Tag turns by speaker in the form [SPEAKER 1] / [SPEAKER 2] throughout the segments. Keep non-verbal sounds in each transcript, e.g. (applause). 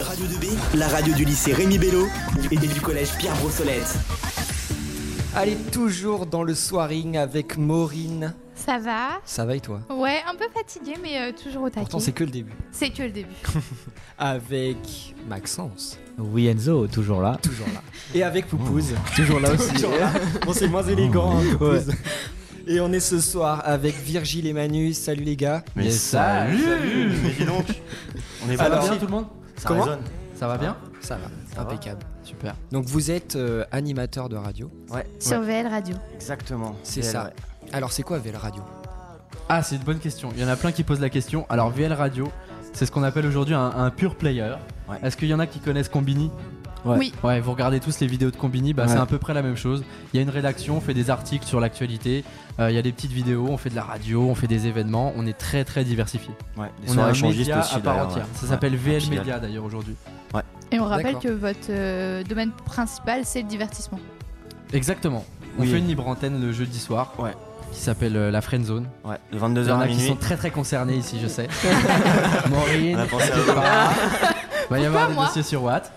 [SPEAKER 1] Radio 2B, la radio du lycée Rémi Bello et du collège Pierre Brossolette.
[SPEAKER 2] Allez, toujours dans le soiring avec Maureen.
[SPEAKER 3] Ça va
[SPEAKER 2] Ça va et toi
[SPEAKER 3] Ouais, un peu fatigué, mais euh, toujours au taquet.
[SPEAKER 2] Pourtant, c'est que le début.
[SPEAKER 3] C'est que le
[SPEAKER 4] (laughs)
[SPEAKER 3] début.
[SPEAKER 2] Avec Maxence,
[SPEAKER 4] Oui, Enzo, toujours là.
[SPEAKER 2] toujours là. Et avec Poupouze.
[SPEAKER 4] Toujours là aussi.
[SPEAKER 2] Toujours là. Bon, c'est moins élégant, hein, Poupouze. Et on est ce soir avec Virgile et Manu. Salut les gars.
[SPEAKER 4] Mais salut
[SPEAKER 5] Salut Mais dis donc On est
[SPEAKER 4] Ça va
[SPEAKER 2] Alors,
[SPEAKER 4] bien tout le monde Ça
[SPEAKER 2] Comment
[SPEAKER 5] résonne.
[SPEAKER 4] Ça va bien
[SPEAKER 2] Ça va,
[SPEAKER 4] Ça va.
[SPEAKER 2] impeccable.
[SPEAKER 4] Super.
[SPEAKER 2] Donc, vous êtes euh, animateur de radio.
[SPEAKER 3] Sur VL Radio.
[SPEAKER 5] Exactement.
[SPEAKER 2] C'est
[SPEAKER 5] Elle,
[SPEAKER 2] ça.
[SPEAKER 5] ouais.
[SPEAKER 2] Alors, c'est quoi VL Radio
[SPEAKER 4] Ah, c'est une bonne question. Il y en a plein qui posent la question. Alors, VL Radio, c'est ce qu'on appelle aujourd'hui un, un pure player.
[SPEAKER 5] Ouais.
[SPEAKER 4] Est-ce qu'il y en a qui connaissent Combini Ouais.
[SPEAKER 3] Oui.
[SPEAKER 4] Ouais, vous regardez tous les vidéos de Combini, bah, c'est à peu près la même chose. Il y a une rédaction, on fait des articles sur l'actualité, euh, il y a des petites vidéos, on fait de la radio, on fait des événements, on est très très diversifié.
[SPEAKER 5] Ouais, les
[SPEAKER 4] On est
[SPEAKER 5] soirées
[SPEAKER 4] un
[SPEAKER 5] échangistes
[SPEAKER 4] média
[SPEAKER 5] aussi,
[SPEAKER 4] à part
[SPEAKER 5] d'ailleurs,
[SPEAKER 4] entière.
[SPEAKER 5] ouais.
[SPEAKER 4] Ça s'appelle
[SPEAKER 5] Ouais,
[SPEAKER 4] VL
[SPEAKER 5] Pigalle.
[SPEAKER 4] Media d'ailleurs aujourd'hui.
[SPEAKER 3] Et on rappelle
[SPEAKER 2] D'accord.
[SPEAKER 3] que votre euh, domaine principal, c'est le divertissement.
[SPEAKER 4] Exactement. On
[SPEAKER 5] Oui.
[SPEAKER 4] fait une libre antenne le jeudi soir.
[SPEAKER 5] Ouais.
[SPEAKER 4] Qui s'appelle euh, la Friend Zone.
[SPEAKER 5] Ouais,
[SPEAKER 4] Il
[SPEAKER 5] de
[SPEAKER 4] y
[SPEAKER 5] 22h
[SPEAKER 4] en
[SPEAKER 5] à
[SPEAKER 4] a qui
[SPEAKER 5] minuit.
[SPEAKER 4] sont très très concernés ici,
[SPEAKER 2] (laughs)
[SPEAKER 4] je sais. Maureen,
[SPEAKER 5] On a pensé à
[SPEAKER 4] Barbara. va y avoir des
[SPEAKER 3] moi
[SPEAKER 4] dossiers sur Watt.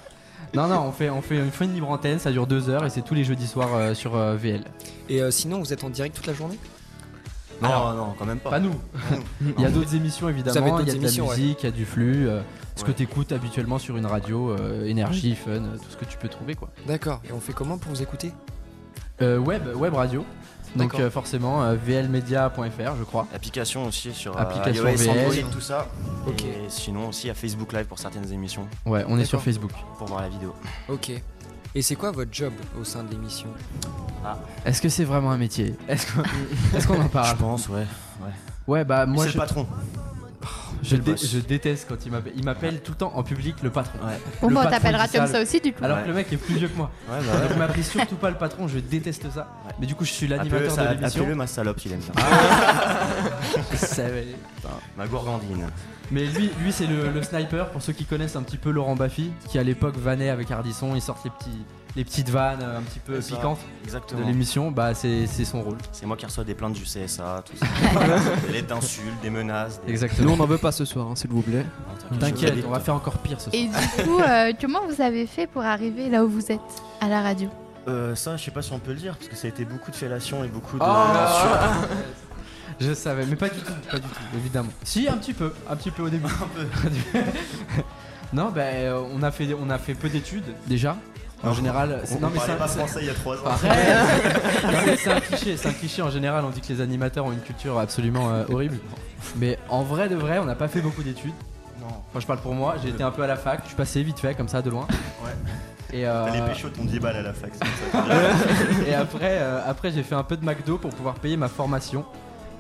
[SPEAKER 4] Non, non, on fait, on fait, on fait une libre antenne, ça dure deux heures et c'est tous les jeudis soirs euh, sur euh, VL.
[SPEAKER 2] Et euh, sinon, vous êtes en direct toute la journée
[SPEAKER 5] Non,
[SPEAKER 4] Alors,
[SPEAKER 5] non, quand même pas.
[SPEAKER 4] Pas nous. Il y a d'autres émissions
[SPEAKER 2] Vous avez
[SPEAKER 4] évidemment,
[SPEAKER 2] d'autres
[SPEAKER 4] il y a de la
[SPEAKER 2] émissions, ouais.
[SPEAKER 4] musique, il y a du flux, euh, ce que
[SPEAKER 5] Ouais.
[SPEAKER 4] t'écoutes habituellement sur une radio, euh, énergie, fun, euh, tout ce que tu peux trouver quoi.
[SPEAKER 2] D'accord. Et on fait comment pour vous écouter
[SPEAKER 4] Euh, web, web radio. Donc
[SPEAKER 2] D'accord.
[SPEAKER 4] euh, forcément euh, vlmedia.fr je crois.
[SPEAKER 5] Application aussi sur euh,
[SPEAKER 4] Application
[SPEAKER 5] iOS,
[SPEAKER 4] VL.
[SPEAKER 5] Android, tout ça.
[SPEAKER 2] Ok.
[SPEAKER 5] Et sinon aussi à Facebook Live pour certaines émissions,
[SPEAKER 4] Ouais, on est sur
[SPEAKER 2] D'accord.
[SPEAKER 4] Facebook.
[SPEAKER 5] pour voir la vidéo.
[SPEAKER 2] Ok. Et c'est quoi votre job au sein de l'émission
[SPEAKER 4] Est-ce que c'est vraiment un métier Est-ce qu'on est-ce qu'on en
[SPEAKER 5] (laughs) Je
[SPEAKER 4] parle
[SPEAKER 5] pense, ouais.
[SPEAKER 4] Ouais, bah moi
[SPEAKER 5] c'est
[SPEAKER 4] je,
[SPEAKER 5] le patron.
[SPEAKER 4] je,
[SPEAKER 5] le
[SPEAKER 4] dé-
[SPEAKER 5] boss.
[SPEAKER 4] je déteste quand il m'appelle. Il m'appelle tout le temps en public le patron.
[SPEAKER 5] Ouais,
[SPEAKER 3] Bon,
[SPEAKER 4] Le
[SPEAKER 3] bah, on
[SPEAKER 4] patron
[SPEAKER 3] t'appellera
[SPEAKER 4] du sale.
[SPEAKER 3] comme ça aussi, du coup.
[SPEAKER 4] Alors
[SPEAKER 5] Ouais.
[SPEAKER 4] que le mec est plus vieux que moi.
[SPEAKER 5] ouais, bah
[SPEAKER 4] Donc (laughs)
[SPEAKER 5] ouais.
[SPEAKER 4] il m'appelle surtout pas le patron, je déteste ça.
[SPEAKER 5] Ouais. Ah,
[SPEAKER 4] Mais du coup, je suis
[SPEAKER 5] Appelez-le
[SPEAKER 4] l'animateur
[SPEAKER 5] sa-
[SPEAKER 4] de l'émission. Ah.
[SPEAKER 5] appelez-le ma salope, il aime ça.
[SPEAKER 4] Ça va aller.
[SPEAKER 5] Ma gourgandine.
[SPEAKER 4] Mais lui, lui c'est le, le sniper, pour ceux qui connaissent un petit peu Laurent Baffy, qui à l'époque vannait avec Hardisson, il sort les, petits, les petites vannes euh, un petit peu
[SPEAKER 5] C'est ça.
[SPEAKER 4] piquantes de
[SPEAKER 5] Exactement.
[SPEAKER 4] l'émission, bah c'est c'est son rôle.
[SPEAKER 5] C'est moi qui reçois des plaintes du CSA,
[SPEAKER 4] (laughs)
[SPEAKER 5] tout ça. des lettres d'insultes, des menaces. Des...
[SPEAKER 4] Exactement.
[SPEAKER 6] n'en veut pas ce soir, hein, s'il vous plaît.
[SPEAKER 5] Non, t'inquiète, je
[SPEAKER 4] T'inquiète,
[SPEAKER 5] vais
[SPEAKER 4] on va faire encore pire ce soir.
[SPEAKER 3] Et
[SPEAKER 4] (laughs)
[SPEAKER 3] du coup, euh, comment vous avez fait pour arriver là où vous êtes, à la radio
[SPEAKER 5] Euh, ça, je sais pas si on peut le dire, parce que ça a été beaucoup de fellations et beaucoup de.
[SPEAKER 4] Ah,
[SPEAKER 5] Euh, Oh.
[SPEAKER 4] Je savais, mais pas du tout, pas du tout, évidemment. Si, un petit peu, un petit peu au
[SPEAKER 5] (laughs)
[SPEAKER 4] début. (laughs) non, bah, euh, on a fait, on a fait peu d'études déjà. En
[SPEAKER 5] Non,
[SPEAKER 4] général, c'est-
[SPEAKER 5] On
[SPEAKER 4] non mais
[SPEAKER 5] parlait
[SPEAKER 4] ça-
[SPEAKER 5] pas
[SPEAKER 4] ça-
[SPEAKER 5] français il y a 3 ans.
[SPEAKER 4] Arrête. (laughs) Non, mais c'est un cliché, c'est un cliché en général, on dit que les animateurs ont une culture absolument
[SPEAKER 5] (laughs)
[SPEAKER 4] euh, horrible. Mais en vrai de vrai, on n'a pas fait beaucoup d'études.
[SPEAKER 5] Non.
[SPEAKER 4] Enfin, je parle pour moi, j'ai été un peu à la fac, je suis passé vite fait comme ça de loin.
[SPEAKER 5] Ouais.
[SPEAKER 4] Et, euh,
[SPEAKER 5] Les péchos t'ont 10 balles à la fac. c'est comme ça.
[SPEAKER 4] et après, euh, après j'ai fait un peu de McDo pour pouvoir payer ma formation.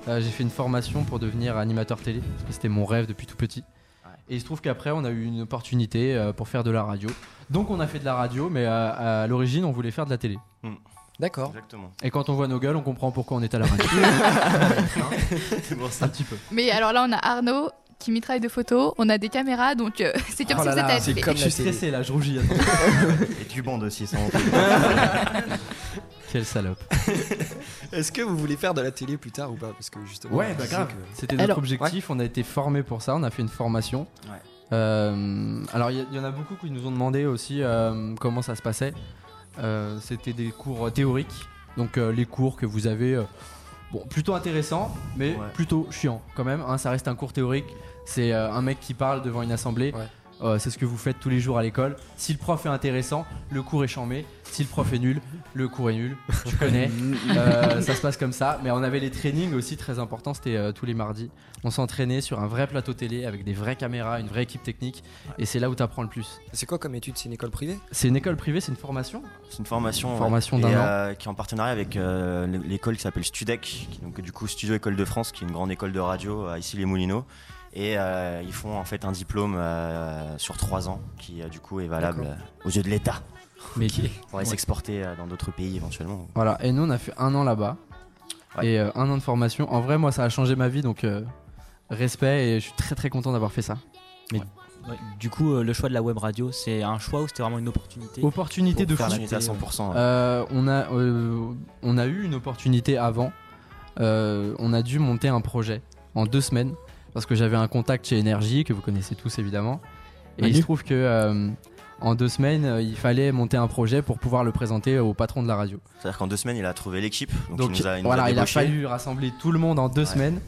[SPEAKER 4] Euh, j'ai fait une formation pour devenir animateur télé, parce que c'était mon rêve depuis tout petit.
[SPEAKER 5] Ouais.
[SPEAKER 4] Et il se trouve qu'après, on a eu une opportunité euh, pour faire de la radio. Donc on a fait de la radio, mais euh, à l'origine, on voulait faire de la télé.
[SPEAKER 2] D'accord.
[SPEAKER 5] Exactement.
[SPEAKER 4] Et quand on voit nos gueules, on comprend pourquoi on est à la radio.
[SPEAKER 5] (laughs)
[SPEAKER 3] (laughs)
[SPEAKER 5] C'est pour ça.
[SPEAKER 4] un petit peu.
[SPEAKER 3] Mais alors là, on a Arnaud qui mitraille de photos, on a des caméras, donc euh, (laughs) c'est comme
[SPEAKER 4] Oh
[SPEAKER 3] si
[SPEAKER 4] là
[SPEAKER 3] vous êtes
[SPEAKER 4] là,
[SPEAKER 3] à la
[SPEAKER 2] c'est
[SPEAKER 3] télé.
[SPEAKER 2] comme-
[SPEAKER 4] Je suis
[SPEAKER 2] la télé.
[SPEAKER 4] stressé là, je rougis.
[SPEAKER 5] Et du bande aussi, ça on
[SPEAKER 4] Quelle salope.
[SPEAKER 2] Est-ce que vous voulez faire de la télé plus tard ou pas Parce que justement.
[SPEAKER 4] Ouais,
[SPEAKER 2] je
[SPEAKER 4] bah
[SPEAKER 2] sais
[SPEAKER 4] grave.
[SPEAKER 2] que-
[SPEAKER 4] C'était notre
[SPEAKER 2] Alors,
[SPEAKER 4] objectif, on a été formé pour ça, on a fait une formation.
[SPEAKER 5] Ouais.
[SPEAKER 4] Euh, alors il y, a- il y en a beaucoup qui nous ont demandé aussi euh, comment ça se passait. Euh, C'était des cours théoriques, donc euh, les cours que vous avez, euh, bon, plutôt intéressants, mais
[SPEAKER 5] Ouais.
[SPEAKER 4] plutôt chiants quand même. hein, ça reste un cours théorique, c'est euh, un mec qui parle devant une assemblée.
[SPEAKER 2] Ouais.
[SPEAKER 4] Euh, c'est ce que vous faites tous les jours à l'école. Si le prof est intéressant, le cours est chambé. Si le prof est nul, le cours est nul. Tu
[SPEAKER 5] (laughs)
[SPEAKER 4] connais. Euh, ça se passe comme ça. Mais on avait les trainings aussi très importants. C'était euh, tous les mardis. On s'entraînait sur un vrai plateau télé avec des vraies caméras, une vraie équipe technique. Et c'est là où t'apprends le plus.
[SPEAKER 2] C'est quoi comme étude C'est une école privée
[SPEAKER 4] C'est une école privée, c'est une formation.
[SPEAKER 5] C'est une formation, ouais.
[SPEAKER 4] Formation
[SPEAKER 5] Et,
[SPEAKER 4] d'un
[SPEAKER 5] euh, qui est en partenariat avec euh, l- l'école qui s'appelle Studec, qui est donc du coup Studio École de France, qui est une grande école de radio euh, à ici les Moulineaux. Et euh, ils font en fait un diplôme euh, sur 3 ans qui euh, du coup est valable euh, aux yeux de l'État
[SPEAKER 4] Mais
[SPEAKER 5] pour aller s'exporter euh, dans d'autres pays éventuellement.
[SPEAKER 4] voilà. Et nous, on a fait un an là-bas
[SPEAKER 5] Ouais.
[SPEAKER 4] et euh, un an de formation. En vrai, moi, ça a changé ma vie. Donc euh, respect et je suis très très content d'avoir fait ça.
[SPEAKER 7] Du coup, euh, le choix de la web radio, c'est un choix ou c'était vraiment une opportunité
[SPEAKER 4] Oh. Opportunité de
[SPEAKER 5] Faire
[SPEAKER 4] fou.
[SPEAKER 5] la télé à 100%. ouais.
[SPEAKER 4] Euh, on, a, euh, on a eu une opportunité avant. Euh, on a dû monter un projet en deux semaines parce que j'avais un contact chez Énergie que vous connaissez tous évidemment. Et il se trouve que euh, en deux semaines, euh, il fallait monter un projet pour pouvoir le présenter au patron de la radio.
[SPEAKER 5] C'est-à-dire qu'en deux semaines, il a trouvé l'équipe. Donc,
[SPEAKER 4] Donc
[SPEAKER 5] il nous a, il nous a
[SPEAKER 4] voilà, il a
[SPEAKER 5] débauchés.
[SPEAKER 4] fallu rassembler tout le monde en deux
[SPEAKER 5] Ouais.
[SPEAKER 4] semaines.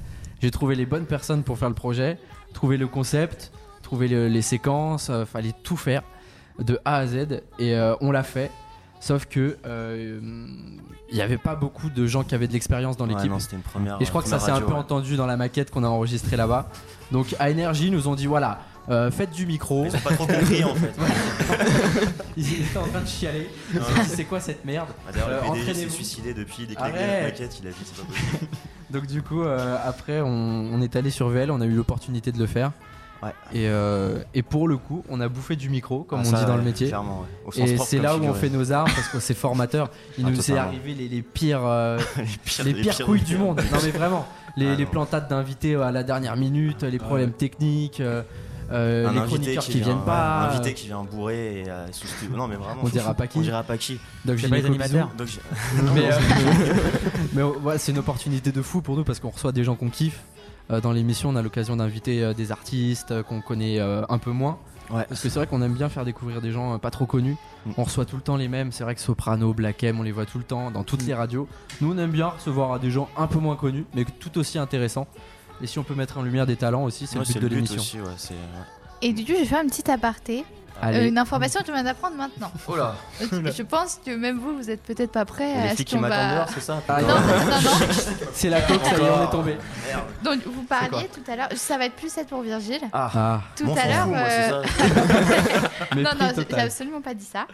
[SPEAKER 4] J'ai trouvé les bonnes personnes pour faire le projet, trouver le concept, trouver le- les séquences, euh, fallait tout faire de A à Z et euh, on l'a fait. Sauf que euh, il n'y avait pas beaucoup de gens qui avaient de l'expérience dans
[SPEAKER 5] Ouais,
[SPEAKER 4] l'équipe.
[SPEAKER 5] non, c'était une première. euh,
[SPEAKER 4] Et je crois que ça
[SPEAKER 5] première
[SPEAKER 4] s'est un
[SPEAKER 5] radio,
[SPEAKER 4] peu
[SPEAKER 5] ouais.
[SPEAKER 4] entendu dans la maquette qu'on a enregistrée là-bas. Donc à Énergie, nous ont dit voilà, euh, faites du micro.
[SPEAKER 5] Ils ont pas trop compris en fait.
[SPEAKER 4] (laughs) Ils étaient en train de chialer. Ils se sont dit, c'est quoi cette merde
[SPEAKER 5] Ah, D'ailleurs,
[SPEAKER 4] Euh,
[SPEAKER 5] le PDG s'est
[SPEAKER 4] entraînez-vous.
[SPEAKER 5] suicidé depuis. Dès qu'il a
[SPEAKER 4] Arrête.
[SPEAKER 5] gagné la maquette, il a dit c'est pas possible.
[SPEAKER 4] Donc du coup, euh, après, on, on est allé sur VL, on a eu l'opportunité de le faire.
[SPEAKER 5] Ouais.
[SPEAKER 4] Et, euh, et pour le coup, on a bouffé du micro, comme
[SPEAKER 5] Ah,
[SPEAKER 4] on
[SPEAKER 5] ça,
[SPEAKER 4] dit dans
[SPEAKER 5] ouais,
[SPEAKER 4] le métier.
[SPEAKER 5] clairement, ouais. Au sens
[SPEAKER 4] Et
[SPEAKER 5] propre,
[SPEAKER 4] c'est
[SPEAKER 5] comme
[SPEAKER 4] là où on
[SPEAKER 5] figuré.
[SPEAKER 4] fait nos armes parce que c'est formateur. Il
[SPEAKER 5] Ah,
[SPEAKER 4] nous est
[SPEAKER 5] totalement.
[SPEAKER 4] arrivé les, les pires, euh,
[SPEAKER 5] (laughs) (laughs) les pires,
[SPEAKER 4] les
[SPEAKER 5] les
[SPEAKER 4] pires
[SPEAKER 5] pires
[SPEAKER 4] couilles
[SPEAKER 5] des
[SPEAKER 4] du
[SPEAKER 5] pires.
[SPEAKER 4] monde. Non mais
[SPEAKER 5] (laughs)
[SPEAKER 4] vraiment, les,
[SPEAKER 5] Ah,
[SPEAKER 4] les
[SPEAKER 5] non.
[SPEAKER 4] plantades d'invités à la dernière minute, les problèmes techniques, euh, euh,
[SPEAKER 5] Un
[SPEAKER 4] les
[SPEAKER 5] invité
[SPEAKER 4] chroniqueurs qui,
[SPEAKER 5] vient-
[SPEAKER 4] viennent
[SPEAKER 5] ouais,
[SPEAKER 4] pas.
[SPEAKER 5] Un invité qui vient bourré et euh, sous Non, mais vraiment.
[SPEAKER 4] On dira pas qui.
[SPEAKER 5] On dira pas qui.
[SPEAKER 4] Donc j'ai
[SPEAKER 7] pas
[SPEAKER 4] mis
[SPEAKER 7] les
[SPEAKER 4] Kobe Zoo.
[SPEAKER 7] animateurs.
[SPEAKER 5] Donc, j'ai-
[SPEAKER 7] (laughs)
[SPEAKER 4] mais euh, (laughs) mais, euh, ouais, c'est une opportunité de fou pour nous parce qu'on reçoit des gens qu'on kiffe. Euh, dans l'émission, on a l'occasion d'inviter euh, des artistes euh, qu'on connaît euh, un peu moins.
[SPEAKER 5] Ouais.
[SPEAKER 4] Parce que c'est vrai qu'on aime bien faire découvrir des gens euh, pas trop connus.
[SPEAKER 5] Mm.
[SPEAKER 4] On reçoit tout le temps les mêmes. C'est vrai que Soprano, Black M, on les voit tout le temps dans
[SPEAKER 5] Mm.
[SPEAKER 4] toutes les radios. Nous, on aime bien recevoir euh, des gens un peu moins connus, mais tout aussi intéressants. Et si on peut mettre en lumière des talents aussi, c'est
[SPEAKER 5] Ouais,
[SPEAKER 4] le but de l'émission.
[SPEAKER 5] aussi, ouais, c'est- ouais.
[SPEAKER 3] Et du coup, je vais faire un petit aparté. Euh,
[SPEAKER 4] Allez.
[SPEAKER 3] une information que tu viens d'apprendre maintenant.
[SPEAKER 4] Oh là (laughs) Oh,
[SPEAKER 3] Euh, je pense que même vous, vous êtes peut-être pas prêts
[SPEAKER 5] Et
[SPEAKER 3] à
[SPEAKER 5] Les
[SPEAKER 3] ce
[SPEAKER 5] flics qui
[SPEAKER 3] qu'on
[SPEAKER 5] m'attendent
[SPEAKER 3] va.
[SPEAKER 5] dehors, c'est ça
[SPEAKER 4] Ah,
[SPEAKER 3] Non, non, non.
[SPEAKER 4] C'est la coque, ça y est, on est tombé.
[SPEAKER 3] Donc, vous parliez
[SPEAKER 4] quoi
[SPEAKER 3] tout à l'heure. Ça va être plus 7 pour Virgile.
[SPEAKER 4] Ah,
[SPEAKER 3] Tout
[SPEAKER 5] Bon, on
[SPEAKER 3] à
[SPEAKER 5] s'en
[SPEAKER 3] l'heure.
[SPEAKER 5] fout, moi,
[SPEAKER 3] (laughs)
[SPEAKER 5] c'est
[SPEAKER 3] euh,
[SPEAKER 5] ça.
[SPEAKER 4] mais
[SPEAKER 3] Non, non, j'ai j'ai
[SPEAKER 4] total.
[SPEAKER 3] absolument pas dit ça.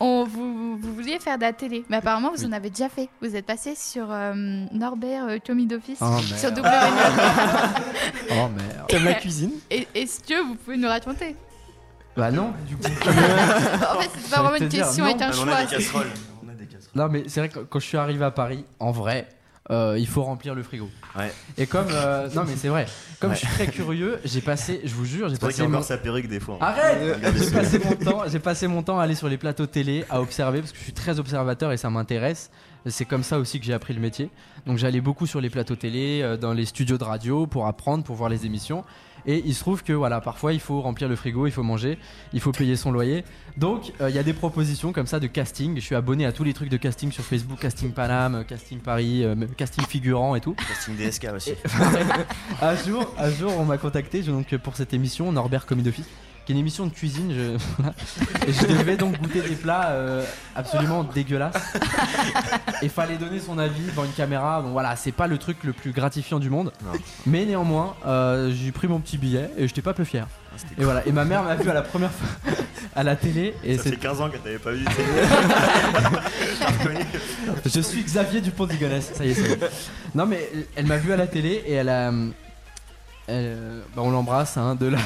[SPEAKER 3] On, vous, vous vouliez faire de la télé, mais apparemment vous en avez déjà fait. Vous êtes passé sur euh, Norbert euh, Commis d'Office,
[SPEAKER 4] Oh,
[SPEAKER 3] sur
[SPEAKER 4] merde.
[SPEAKER 3] W9.
[SPEAKER 4] Oh merde.
[SPEAKER 2] Comme la cuisine.
[SPEAKER 3] Et- Est-ce que vous pouvez nous raconter
[SPEAKER 4] Bah non, du coup.
[SPEAKER 3] En fait, c'est pas
[SPEAKER 4] J'allais
[SPEAKER 3] vraiment
[SPEAKER 4] te
[SPEAKER 3] une
[SPEAKER 4] dire,
[SPEAKER 3] question
[SPEAKER 4] non.
[SPEAKER 3] avec un
[SPEAKER 5] Ah, mais On a
[SPEAKER 3] choix.
[SPEAKER 5] des casseroles. On a des casseroles.
[SPEAKER 4] Non, mais c'est vrai que quand je suis arrivé à Paris, en vrai, euh, il faut remplir le frigo.
[SPEAKER 5] Ouais.
[SPEAKER 4] Et comme. euh, non, mais c'est vrai. Comme
[SPEAKER 5] Ouais.
[SPEAKER 4] je suis très curieux, j'ai passé, je vous jure, j'ai
[SPEAKER 5] C'est vrai
[SPEAKER 4] passé
[SPEAKER 5] qu'il
[SPEAKER 4] mon... Ah, euh,
[SPEAKER 5] meurt sa perruque des fois. hein.
[SPEAKER 4] Arrête
[SPEAKER 5] Regardez (laughs)
[SPEAKER 4] J'ai
[SPEAKER 5] ça.
[SPEAKER 4] passé, mon temps, j'ai passé mon temps à aller sur les plateaux télé, à observer, parce que je suis très observateur et ça m'intéresse. C'est comme ça aussi que j'ai appris le métier. Donc j'allais beaucoup sur les plateaux télé, euh, dans les studios de radio, pour apprendre, pour voir les émissions. Et il se trouve que voilà, parfois il faut remplir le frigo, il faut manger, il faut payer son loyer. Donc euh, il y a des propositions comme ça de casting. Je suis abonné à tous les trucs de casting sur Facebook, casting Paname, euh, casting Paris, euh, même casting figurant et tout.
[SPEAKER 5] Casting DSK aussi.
[SPEAKER 4] Un jour, un jour, on m'a contacté je- donc pour cette émission Norbert Commis d'Office, qui est une émission de cuisine. Je, (laughs) et je devais donc goûter des plats euh, absolument dégueulasses. Et fallait donner son avis devant une caméra. Bon voilà, c'est pas le truc le plus gratifiant du monde.
[SPEAKER 5] Non.
[SPEAKER 4] Mais néanmoins, euh, j'ai pris mon petit billet et j'étais pas peu fier.
[SPEAKER 5] Ah,
[SPEAKER 4] Et voilà, et ma mère m'a vu à la première fois (laughs) à la télé et
[SPEAKER 5] Ça fait
[SPEAKER 4] c'est
[SPEAKER 5] 15 ans que t'avais
[SPEAKER 4] (laughs)
[SPEAKER 5] pas vu. t'sais.
[SPEAKER 4] Je suis Xavier Dupont de Ça y est, ça y est. Non, mais elle m'a vu à la télé et elle a. elle, euh, bah, on l'embrasse, hein, de là.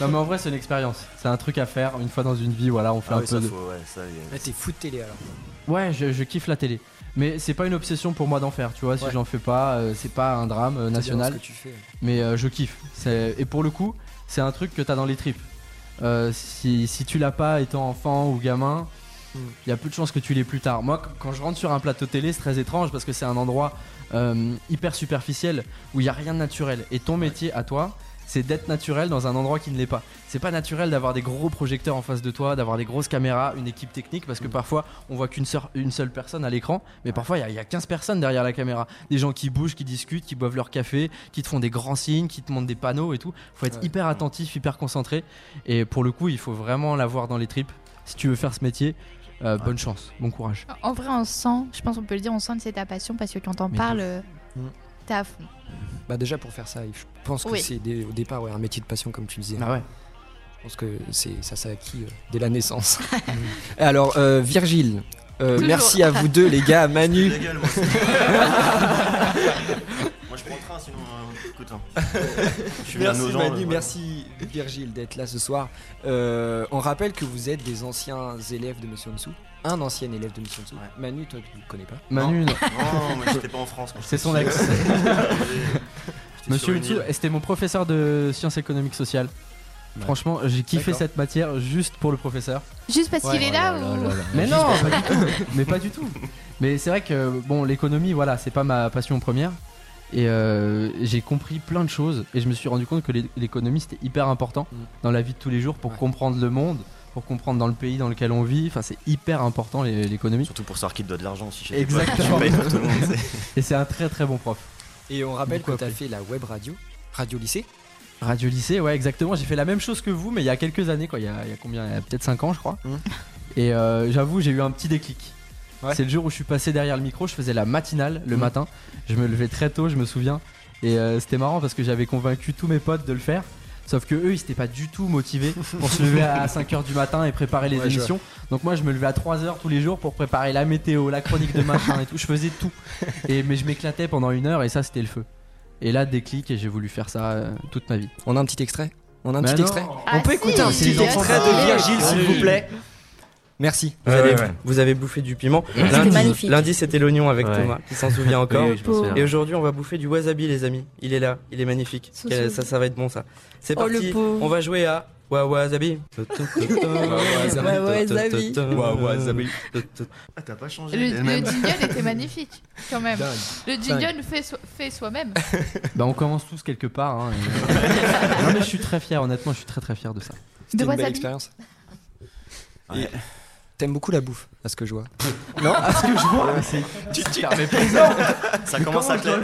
[SPEAKER 4] non, mais en vrai, c'est une expérience. C'est un truc à faire une fois dans une vie. Voilà, on fait
[SPEAKER 5] Ah
[SPEAKER 4] un peu
[SPEAKER 5] oui, ça
[SPEAKER 4] de.
[SPEAKER 5] faut, ouais, ça, il y a-
[SPEAKER 2] Là, Ah, t'es fou de télé alors.
[SPEAKER 4] Ouais, je, je kiffe la télé. Mais c'est pas une obsession pour moi d'en faire, tu vois. Si
[SPEAKER 2] Ouais.
[SPEAKER 4] j'en fais pas, euh, c'est pas un drame euh, national.
[SPEAKER 2] Ce que tu fais.
[SPEAKER 4] Mais euh, je kiffe. C'est- Et pour le coup, c'est un truc que t'as dans les tripes. Euh, si, si tu l'as pas étant enfant ou gamin,
[SPEAKER 2] Mm.
[SPEAKER 4] il y a plus de chances que tu l'aies plus tard. Moi, qu- quand je rentre sur un plateau télé, c'est très étrange parce que c'est un endroit euh, hyper superficiel où il y a rien de naturel. Et ton métier à toi, c'est d'être naturel dans un endroit qui ne l'est pas. C'est pas naturel d'avoir des gros projecteurs en face de toi, d'avoir des grosses caméras, une équipe technique, parce que parfois on voit qu'une seule, une seule personne à l'écran, mais parfois il y a- il y, a 15 personnes derrière la caméra. Des gens qui bougent, qui discutent, qui boivent leur café, qui te font des grands signes, qui te montrent des panneaux et tout. Faut être
[SPEAKER 2] Ouais.
[SPEAKER 4] hyper attentif, hyper concentré. Et pour le coup, il faut vraiment l'avoir dans les tripes. Si tu veux faire ce métier, euh, bonne chance, bon courage.
[SPEAKER 3] En vrai, on sent, je pense qu'on peut le dire, on sent que c'est ta passion parce que quand t'en
[SPEAKER 4] Mais
[SPEAKER 3] parles,
[SPEAKER 4] de
[SPEAKER 3] euh,
[SPEAKER 2] Mm.
[SPEAKER 3] t'es à fond.
[SPEAKER 2] Bah déjà pour faire ça, je pense que
[SPEAKER 3] Oui.
[SPEAKER 2] c'est des- au départ ouais, un métier de passion comme tu disais.
[SPEAKER 4] Ah ouais.
[SPEAKER 2] Je pense que c'est ça s'est acquis euh, dès la naissance. (laughs) Et Alors euh, Virgile, euh,
[SPEAKER 3] Toujours.
[SPEAKER 2] merci à vous deux les
[SPEAKER 4] (laughs)
[SPEAKER 2] gars, à Manu.
[SPEAKER 5] La gueule, moi. (laughs) moi je prends le train sinon euh, écoute. hein. Je suis bien
[SPEAKER 2] Merci
[SPEAKER 5] aux gens,
[SPEAKER 2] Manu,
[SPEAKER 5] euh,
[SPEAKER 2] merci Virgile d'être là ce soir. Euh, on rappelle que vous êtes des anciens élèves de Monsieur Onsou. Un ancien élève de Monsieur Onsou.
[SPEAKER 5] Ouais.
[SPEAKER 2] Manu, toi tu ne connais pas.
[SPEAKER 4] Manu, non.
[SPEAKER 5] voilà. Non, moi j'étais pas en France. moi,
[SPEAKER 4] c'est
[SPEAKER 5] j'étais
[SPEAKER 4] son
[SPEAKER 5] sur-
[SPEAKER 4] ex.
[SPEAKER 5] j'étais sur
[SPEAKER 4] (laughs) Monsieur
[SPEAKER 5] une
[SPEAKER 4] Utsu,
[SPEAKER 5] île.
[SPEAKER 4] et c'était mon professeur de sciences économiques sociales. Franchement, j'ai kiffé
[SPEAKER 2] D'accord.
[SPEAKER 4] cette matière juste pour le professeur.
[SPEAKER 3] Juste parce
[SPEAKER 4] Ouais.
[SPEAKER 3] qu'il est là ou
[SPEAKER 4] Mais non, pas (laughs) du tout. Mais pas du tout. Mais c'est vrai que bon, l'économie, voilà, c'est pas ma passion première. Et euh, j'ai compris plein de choses. Et je me suis rendu compte que l'é- l'économie, c'était hyper important
[SPEAKER 2] Mm.
[SPEAKER 4] dans la vie de tous les jours pour
[SPEAKER 2] Ouais.
[SPEAKER 4] comprendre le monde, pour comprendre dans le pays dans lequel on vit. Enfin, c'est hyper important l'é- l'économie.
[SPEAKER 5] Surtout pour savoir qui te doit de l'argent aussi. chez tes potes,
[SPEAKER 4] Exactement.
[SPEAKER 5] Tu payes pour tout le monde. c'est-
[SPEAKER 4] Et c'est un très très bon prof.
[SPEAKER 2] Et on rappelle
[SPEAKER 4] Beaucoup
[SPEAKER 2] que t'as
[SPEAKER 4] appris.
[SPEAKER 2] fait la web radio, radio lycée.
[SPEAKER 4] Radio lycée, ouais, exactement. J'ai fait la même chose que vous, mais il y a quelques années, quoi. Il y a, il y a combien Il y a peut-être 5 ans, je crois.
[SPEAKER 2] Mm.
[SPEAKER 4] Et euh, j'avoue, j'ai eu un petit déclic.
[SPEAKER 2] Ouais.
[SPEAKER 4] C'est le jour où je suis passé derrière le micro, je faisais la matinale le
[SPEAKER 2] Mm.
[SPEAKER 4] matin. Je me levais très tôt, je me souviens. Et euh, c'était marrant parce que j'avais convaincu tous mes potes de le faire. Sauf que eux, ils n'étaient pas du
[SPEAKER 2] (laughs)
[SPEAKER 4] tout motivés pour se lever à 5h du matin et préparer les
[SPEAKER 2] Ouais, je
[SPEAKER 4] émissions. Donc moi, je me levais à 3h tous les jours pour préparer la météo, la chronique de machin et tout. Je faisais tout. Et, mais je m'éclatais pendant une heure et ça, c'était le feu. Et là, déclic, et j'ai voulu faire ça euh, toute ma vie.
[SPEAKER 2] On a un petit extrait. On a un
[SPEAKER 4] Mais
[SPEAKER 2] petit
[SPEAKER 4] non.
[SPEAKER 2] extrait.
[SPEAKER 3] Ah
[SPEAKER 2] on peut
[SPEAKER 3] si,
[SPEAKER 2] écouter un
[SPEAKER 3] c'est
[SPEAKER 2] petit
[SPEAKER 3] les
[SPEAKER 2] extrait
[SPEAKER 3] enfants.
[SPEAKER 2] de Virgile, s'il
[SPEAKER 6] Oui.
[SPEAKER 2] vous plaît. Merci.
[SPEAKER 6] Vous,
[SPEAKER 8] Ouais,
[SPEAKER 6] avez,
[SPEAKER 8] ouais.
[SPEAKER 6] vous avez bouffé du piment.
[SPEAKER 8] C'était
[SPEAKER 6] Lundi,
[SPEAKER 8] magnifique.
[SPEAKER 6] lundi, c'était l'oignon avec
[SPEAKER 7] Ouais.
[SPEAKER 6] Thomas, qui s'en souvient encore.
[SPEAKER 7] Oui, oui, je me souviens.
[SPEAKER 6] Et aujourd'hui, on va bouffer du wasabi, les amis. Il est là, il est magnifique.
[SPEAKER 8] Sous-
[SPEAKER 6] Quel- ça, ça va être bon, ça. C'est
[SPEAKER 8] Oh,
[SPEAKER 6] parti,
[SPEAKER 8] le pauvre.
[SPEAKER 6] on va jouer à Wa Wasabi.
[SPEAKER 4] Euh,
[SPEAKER 8] Wa wasabi.
[SPEAKER 6] Wa Wasabi.
[SPEAKER 5] Ah, t'as pas changé.
[SPEAKER 3] Le,
[SPEAKER 5] t'es le
[SPEAKER 3] le
[SPEAKER 5] même.
[SPEAKER 3] jingle était magnifique, quand même.
[SPEAKER 2] Dingue.
[SPEAKER 3] Le jingle fait, so- fait soi-même.
[SPEAKER 4] Bah on commence tous quelque part. hein, et- non mais je suis très fier, honnêtement, je suis très très fier de ça.
[SPEAKER 3] De
[SPEAKER 2] C'était une belle
[SPEAKER 3] wasabi.
[SPEAKER 2] expérience.
[SPEAKER 5] Ouais.
[SPEAKER 2] Et T'aimes beaucoup la bouffe, à ce que je vois.
[SPEAKER 4] Non, à ce que je vois, mais c'est tu te permets plus.
[SPEAKER 5] Ça commence à clair.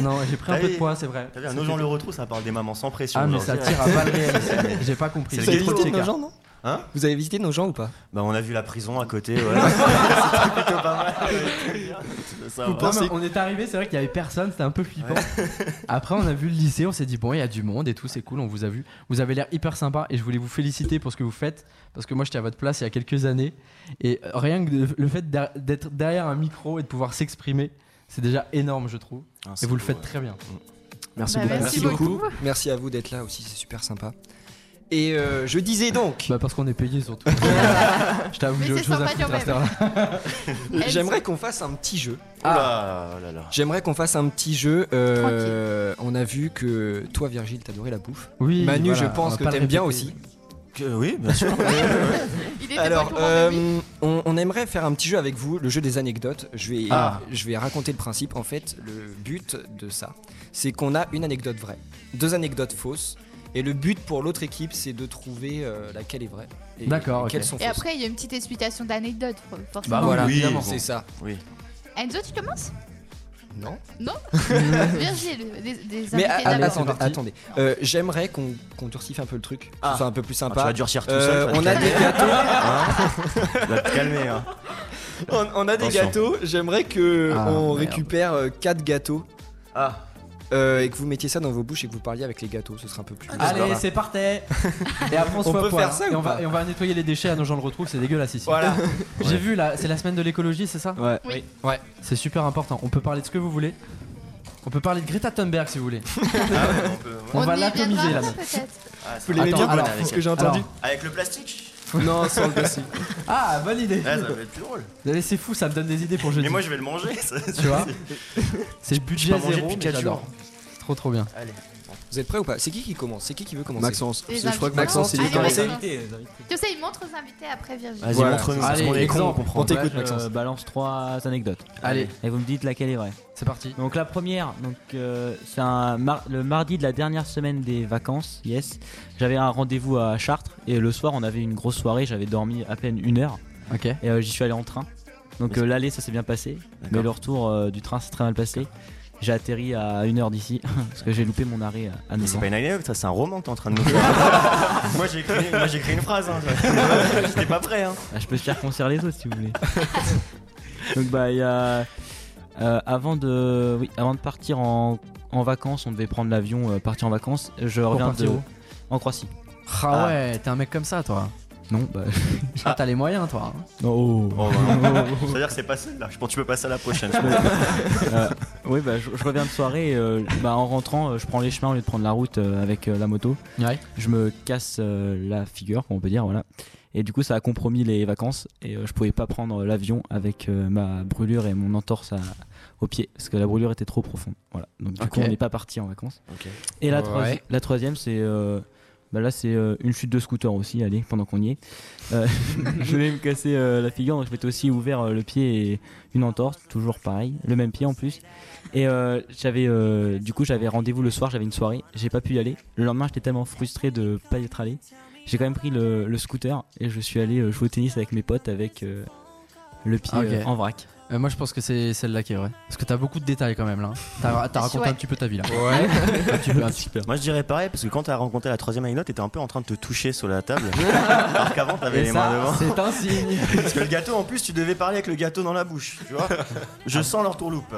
[SPEAKER 4] Non, j'ai pris un
[SPEAKER 5] Ah
[SPEAKER 4] peu de
[SPEAKER 5] oui.
[SPEAKER 4] poids, c'est vrai.
[SPEAKER 5] T'as vu, un nos gens le retrouvent, ça parle des mamans sans pression.
[SPEAKER 4] Ah mais ça
[SPEAKER 5] aujourd'hui.
[SPEAKER 4] tire à balles réelles. ça. J'ai pas compris.
[SPEAKER 5] C'est
[SPEAKER 2] Vous avez
[SPEAKER 5] le
[SPEAKER 2] visité
[SPEAKER 5] gâteau.
[SPEAKER 2] nos gens, non
[SPEAKER 5] Hein
[SPEAKER 2] Vous avez visité nos gens ou pas
[SPEAKER 5] Bah, on a vu la prison à côté, ouais.
[SPEAKER 4] (laughs)
[SPEAKER 5] C'était plutôt pas mal. ouais. Ça
[SPEAKER 4] Ah, Non,
[SPEAKER 5] va.
[SPEAKER 4] mais on est arrivé, c'est vrai qu'il y avait personne, c'était un peu flippant. (laughs) Après, on a vu le lycée, on s'est dit bon, il y a du monde et tout, c'est cool, on vous a vu. Vous avez l'air hyper sympa et je voulais vous féliciter pour ce que vous faites parce que moi j'étais à votre place il y a quelques années et euh, rien que de- le fait d'être- d'être derrière un micro et de pouvoir s'exprimer, c'est déjà énorme, je trouve.
[SPEAKER 5] Ah, c'est
[SPEAKER 4] Et vous le
[SPEAKER 5] beau,
[SPEAKER 4] faites
[SPEAKER 5] ouais.
[SPEAKER 4] très bien.
[SPEAKER 2] Merci
[SPEAKER 3] Bah,
[SPEAKER 2] beaucoup.
[SPEAKER 3] merci beaucoup.
[SPEAKER 2] Merci à vous d'être là aussi, c'est super sympa. Et euh, je disais donc,
[SPEAKER 4] Bah parce qu'on est payé surtout. (laughs) je t'avoue,
[SPEAKER 3] Mais
[SPEAKER 4] j'ai
[SPEAKER 3] c'est
[SPEAKER 4] autre chose
[SPEAKER 3] sympa
[SPEAKER 4] à foutre
[SPEAKER 3] quand
[SPEAKER 4] à cette heure-là.
[SPEAKER 2] j'aimerais qu'on fasse un petit jeu.
[SPEAKER 5] Oh là là
[SPEAKER 4] Ah.
[SPEAKER 5] là.
[SPEAKER 2] J'aimerais qu'on fasse un petit jeu. euh, on a vu que toi, Virgile, t'adorais la bouffe.
[SPEAKER 4] Oui,
[SPEAKER 2] Manu,
[SPEAKER 4] voilà,
[SPEAKER 2] je
[SPEAKER 4] on
[SPEAKER 2] pense
[SPEAKER 4] va
[SPEAKER 2] que
[SPEAKER 4] pas le
[SPEAKER 2] t'aimes bien
[SPEAKER 4] répéter.
[SPEAKER 2] aussi.
[SPEAKER 5] Que- oui, bien sûr.
[SPEAKER 3] Il était pas
[SPEAKER 2] Alors,
[SPEAKER 3] tout le monde, lui.
[SPEAKER 2] euh, on, on aimerait faire un petit jeu avec vous, le jeu des anecdotes. Je vais,
[SPEAKER 4] Ah.
[SPEAKER 2] je vais raconter le principe. En fait, le but de ça, c'est qu'on a une anecdote vraie, deux anecdotes fausses. Et le but pour l'autre équipe, c'est de trouver euh, laquelle est vraie. et-
[SPEAKER 4] D'accord,
[SPEAKER 2] et
[SPEAKER 4] ok.
[SPEAKER 2] Quelles sont
[SPEAKER 3] Et
[SPEAKER 2] fausses.
[SPEAKER 3] après, il y a une petite explication d'anecdote, for- forcément.
[SPEAKER 4] Bah voilà,
[SPEAKER 5] Oui,
[SPEAKER 4] évidemment.
[SPEAKER 5] bon.
[SPEAKER 2] C'est ça.
[SPEAKER 5] Oui.
[SPEAKER 3] Enzo, tu commences
[SPEAKER 2] Non.
[SPEAKER 3] Virgile, des, des
[SPEAKER 2] Mais
[SPEAKER 3] invités
[SPEAKER 2] ah,
[SPEAKER 4] Allez,
[SPEAKER 3] d'abord.
[SPEAKER 4] c'est
[SPEAKER 2] attendez,
[SPEAKER 4] parti.
[SPEAKER 2] attendez. Euh, J'aimerais qu'on qu'on durcifie un peu le truc, que
[SPEAKER 5] Ah.
[SPEAKER 2] ce soit un peu plus
[SPEAKER 5] Ah, tu vas
[SPEAKER 2] sympa.
[SPEAKER 5] durcir tout
[SPEAKER 2] Euh,
[SPEAKER 5] seul.
[SPEAKER 2] on a des gâteaux.
[SPEAKER 5] (laughs) Tu vas hein. te calmer, hein.
[SPEAKER 2] On, on a des
[SPEAKER 5] Attention.
[SPEAKER 2] gâteaux. J'aimerais que
[SPEAKER 4] Ah,
[SPEAKER 2] on
[SPEAKER 4] merde.
[SPEAKER 2] récupère euh, quatre gâteaux
[SPEAKER 5] Ah,
[SPEAKER 2] euh, et que vous mettiez ça dans vos bouches et que vous parliez avec les gâteaux. Ce sera un peu plus.
[SPEAKER 4] Allez, c'est
[SPEAKER 2] (laughs)
[SPEAKER 4] parti Et après on se
[SPEAKER 2] On
[SPEAKER 4] fait
[SPEAKER 2] peut
[SPEAKER 4] au poil,
[SPEAKER 2] faire
[SPEAKER 4] hein.
[SPEAKER 2] ça
[SPEAKER 4] et
[SPEAKER 2] ou
[SPEAKER 4] on va,
[SPEAKER 2] pas
[SPEAKER 4] et on va nettoyer les déchets à nos gens le retrouvent, c'est dégueulasse ici.
[SPEAKER 2] Voilà.
[SPEAKER 4] J'ai vu là, c'est la semaine de l'écologie, c'est ça
[SPEAKER 2] Ouais.
[SPEAKER 3] Oui.
[SPEAKER 2] Ouais.
[SPEAKER 4] C'est super important. On peut parler de ce que vous voulez. On peut parler de Greta Thunberg si vous voulez.
[SPEAKER 5] on peut- ouais.
[SPEAKER 4] On, va
[SPEAKER 3] y
[SPEAKER 4] l'atomiser
[SPEAKER 3] viendra
[SPEAKER 4] là.
[SPEAKER 3] après, peut-être.
[SPEAKER 5] Ah,
[SPEAKER 2] Vous
[SPEAKER 5] ça-
[SPEAKER 2] l'aimez
[SPEAKER 4] Attends,
[SPEAKER 2] bien
[SPEAKER 4] alors,
[SPEAKER 2] Paul,
[SPEAKER 5] faut
[SPEAKER 2] ce
[SPEAKER 5] que
[SPEAKER 2] que j'ai entendu.
[SPEAKER 5] Avec le plastique
[SPEAKER 2] Non, sans le plastique.
[SPEAKER 4] Ah, bonne idée.
[SPEAKER 5] Ah, Ça va être plus drôle.
[SPEAKER 4] Allez, c'est fou, ça me donne des idées pour jeudi.
[SPEAKER 5] Mais moi, je vais le manger. ça.
[SPEAKER 4] tu vois, c'est
[SPEAKER 5] J'ai
[SPEAKER 4] budget
[SPEAKER 5] pas mangé
[SPEAKER 4] zéro,
[SPEAKER 5] depuis
[SPEAKER 4] mais
[SPEAKER 5] 4
[SPEAKER 4] j'adore.
[SPEAKER 5] jours.
[SPEAKER 4] C'est Trop trop bien.
[SPEAKER 5] Allez.
[SPEAKER 2] Vous êtes prêts ou pas C'est qui qui commence C'est qui qui veut commencer
[SPEAKER 9] Maxence.
[SPEAKER 3] Les
[SPEAKER 9] Je crois que
[SPEAKER 3] invités.
[SPEAKER 9] Maxence, il est
[SPEAKER 3] Allez,
[SPEAKER 9] dans les-
[SPEAKER 3] Maxence.
[SPEAKER 7] euh,
[SPEAKER 3] Tu sais, il montre aux invités après Virgile.
[SPEAKER 5] Vas-y,
[SPEAKER 9] Voilà.
[SPEAKER 5] montre-nous.
[SPEAKER 4] Allez,
[SPEAKER 5] Parce qu'on est
[SPEAKER 4] exemple.
[SPEAKER 5] cons, on comprend.
[SPEAKER 2] On t'écoute,
[SPEAKER 7] Là, je
[SPEAKER 2] Maxence.
[SPEAKER 7] balance trois anecdotes.
[SPEAKER 4] Allez.
[SPEAKER 7] Et vous me dites laquelle est vraie.
[SPEAKER 4] C'est parti.
[SPEAKER 7] Donc la première, donc euh, c'est un mar- le mardi de la dernière semaine des vacances, yes. J'avais un rendez-vous à Chartres et le soir on avait une grosse soirée, j'avais dormi à peine une heure
[SPEAKER 4] Ok.
[SPEAKER 7] et euh, j'y suis allé en train. Donc euh, l'aller ça s'est bien passé, mais le retour euh, du train s'est très mal passé. J'ai atterri à une heure d'ici (laughs) parce que j'ai loupé mon arrêt à- à
[SPEAKER 5] Mais
[SPEAKER 7] Nohant.
[SPEAKER 5] c'est pas une anecdote, ça, c'est un roman que t'es en train de nous moi, j'ai écrit, moi, j'ai écrit une phrase. Hein. J'étais pas prêt. Hein.
[SPEAKER 7] Ah, je peux te faire concert les autres si vous voulez. Donc bah il y a euh, avant de oui avant de partir en, en vacances, on devait prendre l'avion euh, partir en vacances. Je reviens
[SPEAKER 4] partir
[SPEAKER 7] de
[SPEAKER 4] où
[SPEAKER 7] en Croatie.
[SPEAKER 4] Ah ouais, t'es un mec comme ça, toi.
[SPEAKER 7] Non bah
[SPEAKER 4] Ah, T'as les moyens, toi. hein.
[SPEAKER 7] non.
[SPEAKER 5] Oh, bah, C'est-à-dire que c'est pas celle-là. Je pense que tu peux passer à la prochaine. je pense.
[SPEAKER 7] Euh, oui bah je, je reviens de soirée. et, euh, bah, en rentrant, euh, je prends les chemins au lieu de prendre la route euh, avec euh, la moto.
[SPEAKER 4] Ouais.
[SPEAKER 7] Je me casse euh, la figure, on peut dire voilà. Et du coup, ça a compromis les vacances et euh, je pouvais pas prendre l'avion avec euh, ma brûlure et mon entorse à- au pied parce que la brûlure était trop profonde. Voilà. Donc du coup,
[SPEAKER 4] Ok.
[SPEAKER 7] on n'est pas parti en vacances.
[SPEAKER 5] Ok.
[SPEAKER 7] Et la,
[SPEAKER 2] Ouais.
[SPEAKER 7] troisi- la troisième, c'est euh, Bah là, c'est euh, une chute de scooter aussi, allez, pendant qu'on y est. Euh, (laughs) je voulais me casser euh, la figure, donc je m'étais aussi ouvert euh, le pied et une entorse, toujours pareil, le même pied en plus. Et euh, j'avais, euh, du coup, j'avais rendez-vous le soir, j'avais une soirée, j'ai pas pu y aller. Le lendemain, j'étais tellement frustré de pas y être allé. J'ai quand même pris le, le scooter et je suis allé euh, jouer au tennis avec mes potes avec euh, le pied
[SPEAKER 4] Ah, Ok.
[SPEAKER 7] euh, en vrac.
[SPEAKER 4] Euh, moi, je pense que c'est celle-là qui est vraie. Parce que t'as beaucoup de détails quand même là. T'as t'as raconté
[SPEAKER 3] Ouais.
[SPEAKER 4] un petit peu ta vie là.
[SPEAKER 6] Ouais.
[SPEAKER 4] Un petit peu, un petit peu.
[SPEAKER 5] Moi je dirais pareil parce que quand t'as rencontré la troisième anecdote, t'étais un peu en train de te toucher sur la table. alors qu'avant t'avais
[SPEAKER 4] Et
[SPEAKER 5] les mains
[SPEAKER 4] ça,
[SPEAKER 5] devant.
[SPEAKER 4] c'est un signe.
[SPEAKER 5] Parce que le gâteau en plus tu devais parler avec le gâteau dans la bouche, tu vois. Je sens leur tourloupe.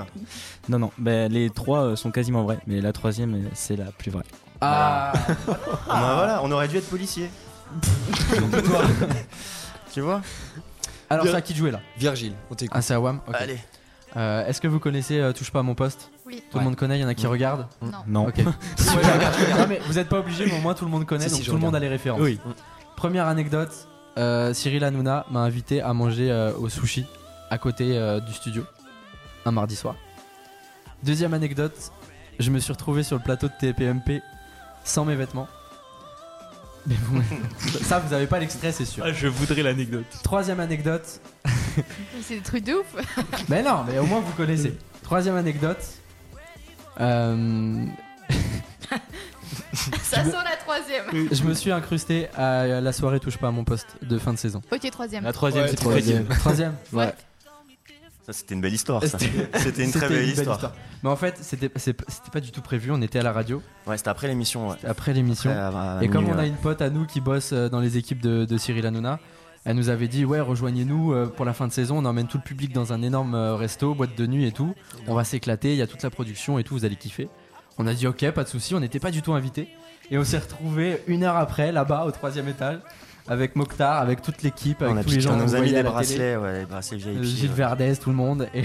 [SPEAKER 7] Non, non, bah, les trois euh, sont quasiment vrais, mais la troisième, euh, c'est la plus vraie.
[SPEAKER 4] Ah,
[SPEAKER 5] Ah bah voilà, on aurait dû être policier. tu vois
[SPEAKER 4] alors c'est à qui de jouer là
[SPEAKER 2] Virgile, on t'écoute.
[SPEAKER 4] Ah, c'est à Wam Ok.
[SPEAKER 5] Allez.
[SPEAKER 4] Euh, Est-ce que vous connaissez euh, Touche pas à mon poste
[SPEAKER 3] Oui.
[SPEAKER 4] Tout le monde connaît, il y en a qui regardent
[SPEAKER 7] Non.
[SPEAKER 4] (laughs) Ok. Non, mais vous n'êtes pas obligé, mais au moins tout le monde connaît,
[SPEAKER 2] Si, si,
[SPEAKER 4] donc
[SPEAKER 2] je
[SPEAKER 4] tout le monde a
[SPEAKER 2] regarde.
[SPEAKER 4] les références. Mm. Première anecdote euh, Cyril Hanouna m'a invité à manger euh, au sushi à côté euh, du studio un mardi soir. Deuxième anecdote je me suis retrouvé sur le plateau de TPMP sans mes vêtements. (laughs) Mais vous- (laughs) ça, vous avez pas l'extrait, c'est sûr.
[SPEAKER 9] Ah, je voudrais l'anecdote.
[SPEAKER 4] Troisième anecdote
[SPEAKER 3] C'est des trucs de ouf.
[SPEAKER 4] Mais non, mais au moins vous (laughs) connaissez. Troisième anecdote. Euh,
[SPEAKER 3] Ça sent la troisième.
[SPEAKER 4] je me suis incrusté à la soirée Touche pas à mon poste de fin de saison.
[SPEAKER 3] Ok, troisième.
[SPEAKER 7] La troisième,
[SPEAKER 6] Ouais,
[SPEAKER 7] c'est
[SPEAKER 6] troisième.
[SPEAKER 7] troisième.
[SPEAKER 4] Troisième.
[SPEAKER 3] Ouais.
[SPEAKER 5] Ça c'était une belle histoire ça. (laughs) C'était une très
[SPEAKER 4] C'était
[SPEAKER 5] belle
[SPEAKER 4] une
[SPEAKER 5] histoire.
[SPEAKER 4] Mais en fait, c'était c'est- c'était pas du tout prévu. On était à la radio
[SPEAKER 5] Ouais, c'était après l'émission ouais.
[SPEAKER 4] après l'émission.
[SPEAKER 5] Après, euh, à- à
[SPEAKER 4] Et comme
[SPEAKER 5] minuit,
[SPEAKER 4] on a
[SPEAKER 5] ouais.
[SPEAKER 4] une pote à nous qui bosse euh, dans les équipes de, de Cyril Hanouna, elle nous avait dit ouais rejoignez-nous euh, pour la fin de saison, on emmène tout le public dans un énorme euh, resto, boîte de nuit et tout, on va s'éclater, il y a toute la production et tout, vous allez kiffer. On a dit ok pas de souci, on n'était pas du tout invités et on s'est retrouvé une heure après là-bas au troisième étage avec Mokhtar, avec toute l'équipe, avec
[SPEAKER 5] on a
[SPEAKER 4] tous les
[SPEAKER 5] piqué-
[SPEAKER 4] gens.
[SPEAKER 5] on
[SPEAKER 4] qu'on
[SPEAKER 5] nous a mis
[SPEAKER 4] voyait à
[SPEAKER 5] des
[SPEAKER 4] la télé.
[SPEAKER 5] bracelets, ouais, des bracelets VIP.
[SPEAKER 4] Euh, Gilles
[SPEAKER 5] ouais.
[SPEAKER 4] Verdez, tout le monde. Et,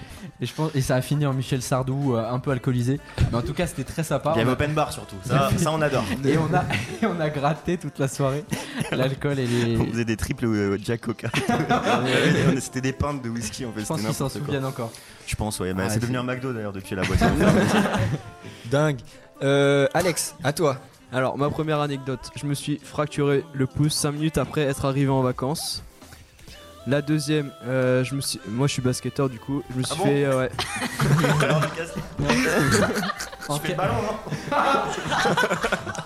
[SPEAKER 4] (laughs) et je pense, et ça a fini en Michel Sardou, euh, un peu alcoolisé. Mais en tout cas, c'était très sympa.
[SPEAKER 5] Il y
[SPEAKER 4] On
[SPEAKER 5] avait
[SPEAKER 4] a-
[SPEAKER 5] open bar surtout.
[SPEAKER 4] (laughs)
[SPEAKER 5] Ça, ça on adore.
[SPEAKER 4] et, on a, (laughs) et on a gratté toute la soirée l'alcool et les.
[SPEAKER 5] On faisait des triples euh,
[SPEAKER 4] (laughs)
[SPEAKER 5] Jack Coca. c'était des pintes de whisky en fait.
[SPEAKER 4] Je pense
[SPEAKER 5] c'était
[SPEAKER 4] qu'ils s'en
[SPEAKER 5] n'importe quoi.
[SPEAKER 4] souviennent encore.
[SPEAKER 5] Je pense, ouais. mais
[SPEAKER 4] Ah,
[SPEAKER 5] c'est
[SPEAKER 4] c'est-
[SPEAKER 5] devenu un McDo d'ailleurs depuis la
[SPEAKER 4] (laughs)
[SPEAKER 5] boîte.
[SPEAKER 2] Dingue. Euh, Alex, à toi.
[SPEAKER 8] Alors, ma première anecdote, je me suis fracturé le pouce 5 minutes après être arrivé en vacances. La deuxième, euh, je me suis... moi je suis basketteur du coup,
[SPEAKER 6] Ah
[SPEAKER 8] je me suis
[SPEAKER 5] bon
[SPEAKER 8] fait. euh, ouais.
[SPEAKER 5] Alors, je casse-
[SPEAKER 4] En,
[SPEAKER 5] je fais
[SPEAKER 4] que-
[SPEAKER 5] le ballon, non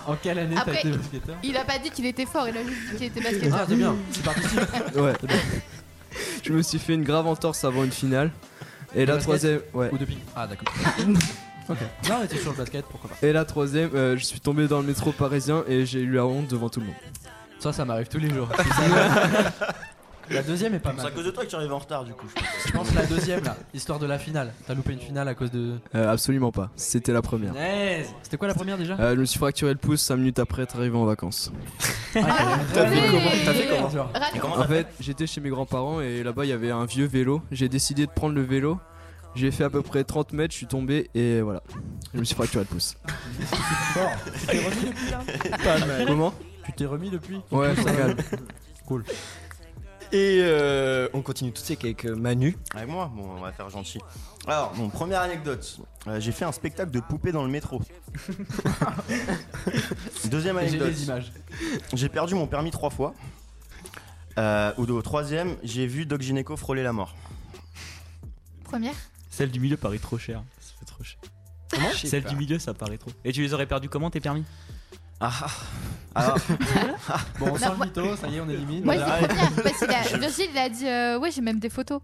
[SPEAKER 4] en quelle année t'as
[SPEAKER 3] Après-
[SPEAKER 4] été basketteur
[SPEAKER 3] Il a pas dit qu'il était fort, il a juste dit qu'il était basketteur.
[SPEAKER 4] Ah, c'est bien, c'est parti.
[SPEAKER 8] Ouais. (laughs) je me suis fait une grave entorse avant une finale. Et la
[SPEAKER 4] basket
[SPEAKER 8] troisième, ouais.
[SPEAKER 4] Ou de ping.
[SPEAKER 2] (laughs)
[SPEAKER 4] Ah, d'accord. ok. Non, mais t'es sur le basket, pourquoi pas.
[SPEAKER 8] Et la troisième, euh, je suis tombé dans le métro parisien et j'ai eu la honte devant tout le monde.
[SPEAKER 4] Ça, ça m'arrive tous les
[SPEAKER 2] (laughs)
[SPEAKER 4] jours. la deuxième est pas
[SPEAKER 5] C'est à
[SPEAKER 4] mal.
[SPEAKER 5] cause de toi que tu arrives en retard du coup.
[SPEAKER 4] Je pense la deuxième, là, histoire de la finale. T'as loupé une finale à cause de.
[SPEAKER 8] Euh, absolument pas. C'était la première.
[SPEAKER 4] C'était quoi la première déjà
[SPEAKER 8] Euh, je me suis fracturé le pouce 5 minutes après être arrivé en vacances.
[SPEAKER 4] T'as
[SPEAKER 3] fait comment T'as fait comment
[SPEAKER 5] Et
[SPEAKER 3] Raconte.
[SPEAKER 5] comment
[SPEAKER 8] En fait, j'étais chez mes grands-parents et là-bas il y avait un vieux vélo. J'ai décidé de prendre le vélo. J'ai fait à peu près 30 mètres, je suis tombé et voilà. Je me suis fracturé le pouce.
[SPEAKER 4] (laughs)
[SPEAKER 8] Comment
[SPEAKER 4] Tu t'es remis depuis
[SPEAKER 8] Ouais, ça calme.
[SPEAKER 2] Et euh, on continue tout de suite avec euh, Manu.
[SPEAKER 5] Avec moi Bon, on va faire gentil. Alors, mon première anecdote. Euh, j'ai fait un spectacle de poupées dans le métro.
[SPEAKER 4] (laughs)
[SPEAKER 5] Deuxième
[SPEAKER 4] J'ai
[SPEAKER 5] anecdote.
[SPEAKER 4] les images.
[SPEAKER 5] J'ai perdu mon permis trois fois. Euh, au au troisième, j'ai vu Doc Gineco frôler la mort.
[SPEAKER 3] Première.
[SPEAKER 7] Celle du milieu paraît trop chère. Ça fait trop cher.
[SPEAKER 2] Ah, Je sais
[SPEAKER 7] Celle
[SPEAKER 2] pas.
[SPEAKER 7] du milieu, ça paraît trop. Et tu les aurais perdu comment tes permis
[SPEAKER 5] Ah, ah. Alors,
[SPEAKER 4] Bon, on sent le
[SPEAKER 3] moi-
[SPEAKER 4] mytho, ça y est, on élimine.
[SPEAKER 3] Moi, c'est première. Parce qu'il a, Virgile, il a dit euh, Ouais, j'ai même des photos.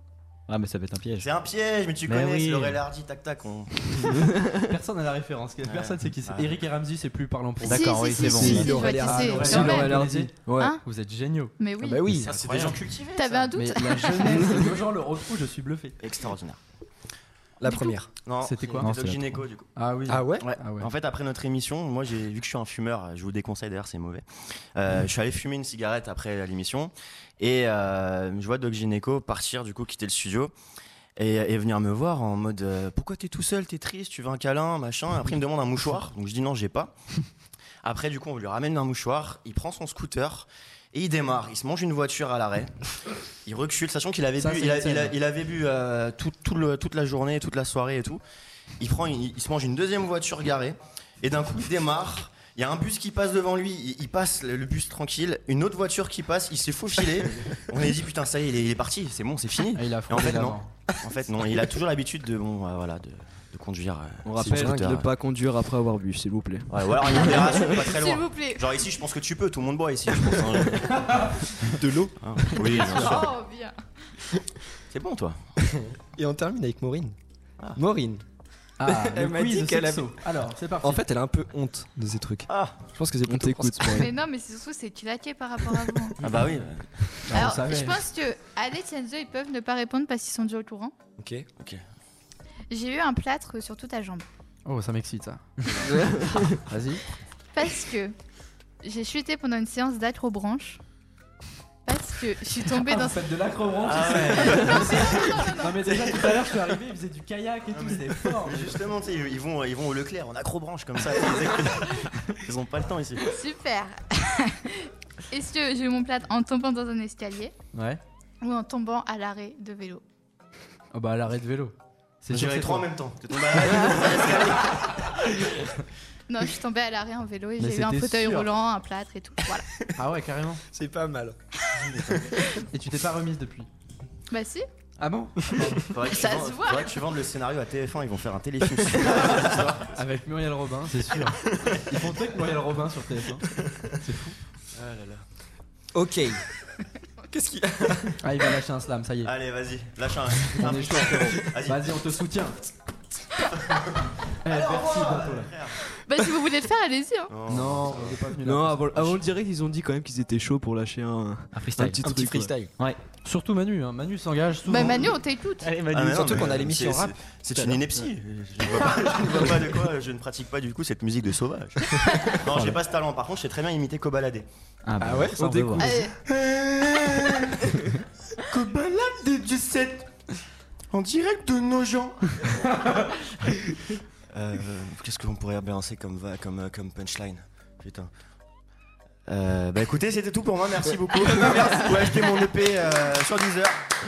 [SPEAKER 7] Ah, mais ça va être un piège.
[SPEAKER 5] c'est un piège, mais tu
[SPEAKER 7] Mais
[SPEAKER 5] connais,
[SPEAKER 7] oui.
[SPEAKER 5] c'est le Relardi, tac tac. On...
[SPEAKER 4] Personne n'a la référence, personne ne sait qui c'est.
[SPEAKER 5] Ouais.
[SPEAKER 4] Eric et Ramsey, c'est plus parlant pour
[SPEAKER 7] D'accord,
[SPEAKER 3] si,
[SPEAKER 7] oui,
[SPEAKER 3] si,
[SPEAKER 7] c'est
[SPEAKER 3] si,
[SPEAKER 7] bon.
[SPEAKER 3] Si,
[SPEAKER 7] Il
[SPEAKER 3] si, je vois
[SPEAKER 4] aurait
[SPEAKER 3] qui
[SPEAKER 4] l'air-
[SPEAKER 3] c'est.
[SPEAKER 4] il aurait
[SPEAKER 3] Quand
[SPEAKER 4] l'air-
[SPEAKER 3] même.
[SPEAKER 4] elle a dit.
[SPEAKER 8] Ouais.
[SPEAKER 3] Hein
[SPEAKER 4] Vous êtes géniaux.
[SPEAKER 3] Mais oui.
[SPEAKER 2] Ah bah oui.
[SPEAKER 5] C'est des gens cultivés.
[SPEAKER 3] T'avais un doute
[SPEAKER 4] Mais la (laughs) jeunesse de nos gens le retrouve, je suis bluffé.
[SPEAKER 5] Extraordinaire.
[SPEAKER 2] La première.
[SPEAKER 5] Non,
[SPEAKER 4] C'était quoi
[SPEAKER 5] Doc
[SPEAKER 7] Non, c'est la
[SPEAKER 5] Gynéco, du coup.
[SPEAKER 4] Ah oui.
[SPEAKER 2] Ah ouais
[SPEAKER 5] Ouais.
[SPEAKER 4] Ah ouais.
[SPEAKER 5] En fait, après notre émission, moi, j'ai vu que je suis un fumeur. Je vous déconseille d'ailleurs, c'est mauvais. Euh,
[SPEAKER 4] Mm.
[SPEAKER 5] je suis allé fumer une cigarette après l'émission et euh, je vois Doc Gynéco partir, du coup, quitter le studio et, et venir me voir en mode euh, pourquoi t'es tout seul, t'es triste, tu veux un câlin, machin. Après, il me demande un mouchoir, donc je dis non, j'ai pas. Après, du coup, on lui ramène un mouchoir. Il prend son scooter. Et il démarre, il se mange une voiture à l'arrêt. Il recule, sachant qu'il avait
[SPEAKER 4] Ça,
[SPEAKER 5] bu,
[SPEAKER 4] c'est
[SPEAKER 5] il, a-
[SPEAKER 4] une scène.
[SPEAKER 5] il a- il avait bu euh, tout- tout le- toute la journée, toute la soirée et tout. Il prend, une- il, se mange une deuxième voiture garée. Et d'un coup, il démarre. Il y a un bus qui passe devant lui, il, il passe le, le bus tranquille. Une autre voiture qui passe, il
[SPEAKER 4] (laughs)
[SPEAKER 5] s'est faufilé. On a dit putain, ça y est, il est, il est parti, c'est bon, c'est fini.
[SPEAKER 4] Ah, il a
[SPEAKER 5] Et en
[SPEAKER 4] frappé
[SPEAKER 5] fait, non.
[SPEAKER 4] d'avant.
[SPEAKER 5] En fait, non, il a toujours l'habitude de, bon, euh, voilà, de, de conduire. euh, sur le
[SPEAKER 8] On
[SPEAKER 4] hein,
[SPEAKER 8] rappelle de
[SPEAKER 5] scooter,
[SPEAKER 8] ne
[SPEAKER 5] ouais.
[SPEAKER 8] pas conduire après avoir bu, s'il vous plaît.
[SPEAKER 5] Ouais, ou alors il y a une terrasse,
[SPEAKER 3] (laughs)
[SPEAKER 5] pas très
[SPEAKER 3] S'il
[SPEAKER 5] loin.
[SPEAKER 3] vous plaît.
[SPEAKER 5] Genre ici, je pense que tu peux, tout le monde boit ici. je pense, hein.
[SPEAKER 2] De l'eau.
[SPEAKER 5] Ah, oui, bien sûr.
[SPEAKER 3] Oh, bien.
[SPEAKER 5] C'est bon, toi.
[SPEAKER 2] Et on termine avec Maureen.
[SPEAKER 5] Ah.
[SPEAKER 2] Maureen,
[SPEAKER 4] Ah, le
[SPEAKER 2] Elle m'a
[SPEAKER 4] quiz
[SPEAKER 2] dit
[SPEAKER 4] de
[SPEAKER 2] qu'elle
[SPEAKER 4] sexo. Alors, c'est parti.
[SPEAKER 2] en fait, elle a un peu honte de ces trucs.
[SPEAKER 5] Ah.
[SPEAKER 2] Je pense que c'est
[SPEAKER 8] On
[SPEAKER 2] plutôt
[SPEAKER 8] t'écoute.
[SPEAKER 3] Mais non, mais c'est surtout, c'est claqué par rapport à vous.
[SPEAKER 5] Ah bah oui.
[SPEAKER 4] Ah, on
[SPEAKER 3] Alors,
[SPEAKER 4] savait.
[SPEAKER 3] je pense que Alex et Enzo, ils peuvent ne pas répondre parce qu'ils sont déjà au courant.
[SPEAKER 2] Ok.
[SPEAKER 3] J'ai eu un plâtre sur toute la jambe.
[SPEAKER 4] Oh, ça m'excite ça. Vas-y.
[SPEAKER 3] Parce que j'ai chuté pendant une séance d'acrobranche. Parce que je suis tombée
[SPEAKER 4] (laughs)
[SPEAKER 3] dans.
[SPEAKER 4] faites de l'acrobranche.
[SPEAKER 5] Ah ouais.
[SPEAKER 4] Non, mais déjà tout à l'heure, je suis arrivé, il faisait du kayak et tout, c'était fort.
[SPEAKER 5] Justement, tu sais, ils vont, ils vont au Leclerc en acrobranche comme ça. (laughs) ils ont pas le temps ici.
[SPEAKER 3] Super (laughs) Est-ce que j'ai eu mon plâtre en tombant dans un escalier
[SPEAKER 4] Ouais.
[SPEAKER 3] ou en tombant à l'arrêt de vélo
[SPEAKER 4] Oh bah, à l'arrêt de vélo. C'est sûr que
[SPEAKER 5] J'irai
[SPEAKER 4] c'est
[SPEAKER 5] trois en
[SPEAKER 4] toi.
[SPEAKER 5] même temps. T'es tombé à la-
[SPEAKER 3] Non, je suis tombée à l'arrêt en vélo et
[SPEAKER 4] Mais
[SPEAKER 3] j'ai eu un
[SPEAKER 4] c'était
[SPEAKER 3] fauteuil
[SPEAKER 4] sûr.
[SPEAKER 3] roulant, un plâtre et tout. Voilà.
[SPEAKER 4] Ah ouais, carrément.
[SPEAKER 2] C'est pas mal.
[SPEAKER 4] Et tu t'es pas remise depuis.
[SPEAKER 3] Bah si
[SPEAKER 4] Ah bon
[SPEAKER 5] Faudrait que tu
[SPEAKER 3] Ça
[SPEAKER 5] vendes-
[SPEAKER 3] se voit.
[SPEAKER 5] faudrait que tu vendes le scénario à TF1, ils vont faire un téléfilm.
[SPEAKER 4] Avec Muriel Robin, c'est sûr. (laughs) Ils font peut-être Muriel Robin sur TF1.
[SPEAKER 2] Ok. Qu'est-ce qu'il
[SPEAKER 4] Ah, il va lâcher un slam, ça y est.
[SPEAKER 5] Allez, vas-y, lâche un.
[SPEAKER 4] On est chaud, frérot.
[SPEAKER 5] Vas-y.
[SPEAKER 4] Vas-y, on
[SPEAKER 2] (laughs)
[SPEAKER 4] te soutient. Eh, merci, bientôt là.
[SPEAKER 3] Bah si vous voulez le faire, allez-y hein.
[SPEAKER 5] Oh.
[SPEAKER 8] Non.
[SPEAKER 4] On est pas venu là.
[SPEAKER 8] Non, avant, avant le direct, ils ont dit quand même qu'ils étaient chauds pour lâcher un,
[SPEAKER 7] Un
[SPEAKER 8] un
[SPEAKER 7] freestyle.
[SPEAKER 8] petit
[SPEAKER 2] Un
[SPEAKER 8] truc.
[SPEAKER 2] petit
[SPEAKER 8] ouais.
[SPEAKER 2] freestyle.
[SPEAKER 4] Surtout Manu, hein. Manu s'engage souvent.
[SPEAKER 3] Bah Manu, on t'écoute
[SPEAKER 7] Allez,
[SPEAKER 5] Ah, mais non,
[SPEAKER 2] Surtout
[SPEAKER 5] mais
[SPEAKER 2] qu'on a l'émission
[SPEAKER 5] c'est-
[SPEAKER 2] rap.
[SPEAKER 5] C'est c'est une ineptie. Je ne vois, pas- je ne vois pas de quoi. Je ne pratique pas du coup cette musique de sauvage. Non, j'ai pas ce talent. Par contre, je sais très bien imiter Kobalade.
[SPEAKER 7] Ah, bah,
[SPEAKER 2] ouais,
[SPEAKER 7] ça,
[SPEAKER 2] on
[SPEAKER 7] on veut voir.
[SPEAKER 3] Allez.
[SPEAKER 5] Kobalade du 7 en direct de nos (laughs) gens. Euh, Qu'est-ce qu'on pourrait balancer comme, va- comme, euh, comme punchline Putain. Euh, bah écoutez, c'était tout pour moi. Merci beaucoup. (laughs) Merci pour acheter mon EP euh, sur Deezer.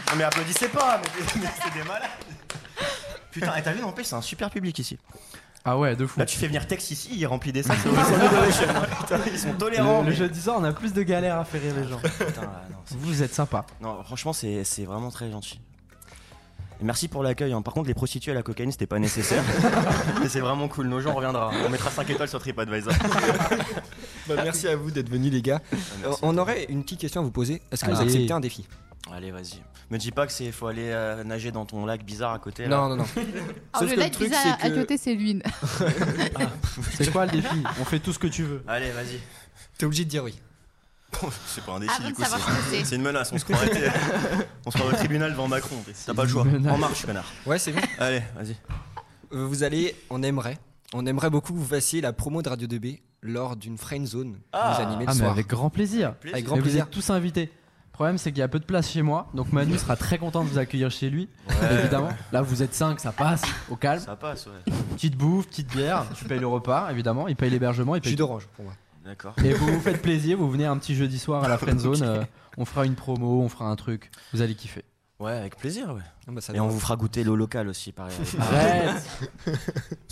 [SPEAKER 5] Non, mais applaudissez pas, mais, mais c'est des malades. Putain, et t'as vu, n'empêche, c'est un super public ici.
[SPEAKER 4] Ah ouais, de fou.
[SPEAKER 5] Là, tu fais venir Tex ici, il remplit (laughs) des salles. c'est open innovation. hein. Putain, ils sont tolérants.
[SPEAKER 4] Le, le
[SPEAKER 5] mais-
[SPEAKER 4] jeudi soir, on a plus de galères à faire rire les gens.
[SPEAKER 5] Putain, là, non, c'est-
[SPEAKER 4] Vous êtes sympa.
[SPEAKER 5] non, franchement, c'est c'est vraiment très gentil. Et Merci pour l'accueil. hein. Par contre, les prostituées à la cocaïne, c'était pas nécessaire. Mais c'est vraiment cool. Nos gens, on reviendra. On mettra 5 étoiles sur TripAdvisor. Ah,
[SPEAKER 2] Bah, merci à vous d'être venus, les gars.
[SPEAKER 5] Merci.
[SPEAKER 2] Euh, on aurait une petite question à vous poser. Est-ce que vous
[SPEAKER 4] Allez.
[SPEAKER 2] acceptez un défi
[SPEAKER 5] Allez, vas-y. Me dis pas que c'est faut aller euh, nager dans ton lac bizarre à côté. là.
[SPEAKER 2] Non, non, non.
[SPEAKER 3] Alors
[SPEAKER 2] Sauf
[SPEAKER 3] le
[SPEAKER 2] que le
[SPEAKER 3] lac
[SPEAKER 2] truc,
[SPEAKER 3] bizarre
[SPEAKER 2] c'est
[SPEAKER 3] à
[SPEAKER 2] que-
[SPEAKER 3] côté, c'est l'huile.
[SPEAKER 4] C'est quoi le défi On fait tout ce que tu veux.
[SPEAKER 5] Allez, vas-y.
[SPEAKER 2] (laughs) T'es obligé de dire oui.
[SPEAKER 5] (laughs) c'est pas un
[SPEAKER 3] Avant de savoir ce que c'est.
[SPEAKER 5] une menace. On se croirait, on se croirait au tribunal devant Macron. T'as pas le choix. En marche, connard.
[SPEAKER 2] Ouais, c'est bon.
[SPEAKER 5] Allez, vas-y.
[SPEAKER 2] (laughs) Euh, Vous allez, on aimerait, on aimerait beaucoup que vous fassiez la promo de Radio 2B lors d'une friend zone
[SPEAKER 5] Ah.
[SPEAKER 2] que vous animez le
[SPEAKER 4] Ah, mais
[SPEAKER 2] soir.
[SPEAKER 4] avec grand plaisir.
[SPEAKER 2] Avec
[SPEAKER 4] Et
[SPEAKER 2] grand
[SPEAKER 4] vous
[SPEAKER 2] plaisir.
[SPEAKER 4] êtes tous invités. Le problème, c'est qu'il y a peu de place chez moi, donc Manu sera très content de vous accueillir chez lui,
[SPEAKER 2] Euh.
[SPEAKER 5] Ouais.
[SPEAKER 4] évidemment. Là, vous êtes 5, ça passe, au calme.
[SPEAKER 5] Ça passe, ouais.
[SPEAKER 4] Petite bouffe, petite bière, tu payes le repas, évidemment, il paye l'hébergement, il paye.
[SPEAKER 2] Jus d'orange pour moi.
[SPEAKER 5] D'accord.
[SPEAKER 4] Et vous vous faites plaisir, vous venez un petit jeudi soir à
[SPEAKER 5] (laughs)
[SPEAKER 4] la friendzone, euh, on fera une promo, on fera un truc, vous allez kiffer.
[SPEAKER 5] Ouais, avec plaisir, ouais.
[SPEAKER 2] Ah, bah, ça
[SPEAKER 5] Et on vous fera goûter l'eau locale aussi, pareil.
[SPEAKER 4] Arrête
[SPEAKER 5] Parce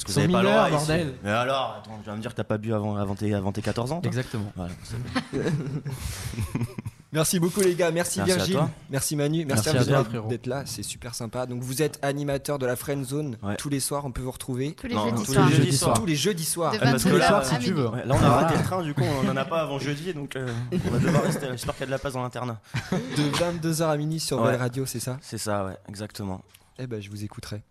[SPEAKER 4] Ils sont
[SPEAKER 5] avez
[SPEAKER 4] mineurs,
[SPEAKER 5] ici.
[SPEAKER 4] bordel.
[SPEAKER 5] Mais alors, attends, tu vas me dire que t'as pas bu avant, avant, tes, avant tes 14 ans toi
[SPEAKER 4] Exactement.
[SPEAKER 5] Voilà.
[SPEAKER 2] Merci beaucoup les gars, merci,
[SPEAKER 5] Merci à
[SPEAKER 2] Virgile,
[SPEAKER 5] toi.
[SPEAKER 2] merci Manu, merci,
[SPEAKER 4] Merci
[SPEAKER 2] à
[SPEAKER 4] à
[SPEAKER 2] vous
[SPEAKER 4] toi,
[SPEAKER 2] d'être-
[SPEAKER 4] frérot.
[SPEAKER 2] d'être là, c'est super sympa. Donc vous êtes animateur de la Friend Zone
[SPEAKER 5] Ouais.
[SPEAKER 2] tous les soirs, on peut vous retrouver
[SPEAKER 3] Tous les
[SPEAKER 5] Non,
[SPEAKER 3] jeudis
[SPEAKER 5] tous les
[SPEAKER 3] soirs.
[SPEAKER 5] jeudis Ah. soirs.
[SPEAKER 2] tous les jeudis soirs. Eh,
[SPEAKER 3] De
[SPEAKER 5] parce que
[SPEAKER 3] 22
[SPEAKER 5] là,
[SPEAKER 3] heures
[SPEAKER 5] si
[SPEAKER 3] à
[SPEAKER 5] tu
[SPEAKER 3] midi.
[SPEAKER 4] veux.
[SPEAKER 5] Ouais, là, on a raté le train, du coup, on en a pas avant jeudi, donc euh, on va devoir rester. là. J'espère qu'il y a de la place dans l'internat.
[SPEAKER 2] De 22h à minuit sur
[SPEAKER 5] Ouais.
[SPEAKER 2] Belle Radio, c'est ça
[SPEAKER 5] C'est ça, ouais, exactement.
[SPEAKER 2] Eh ben je vous écouterai.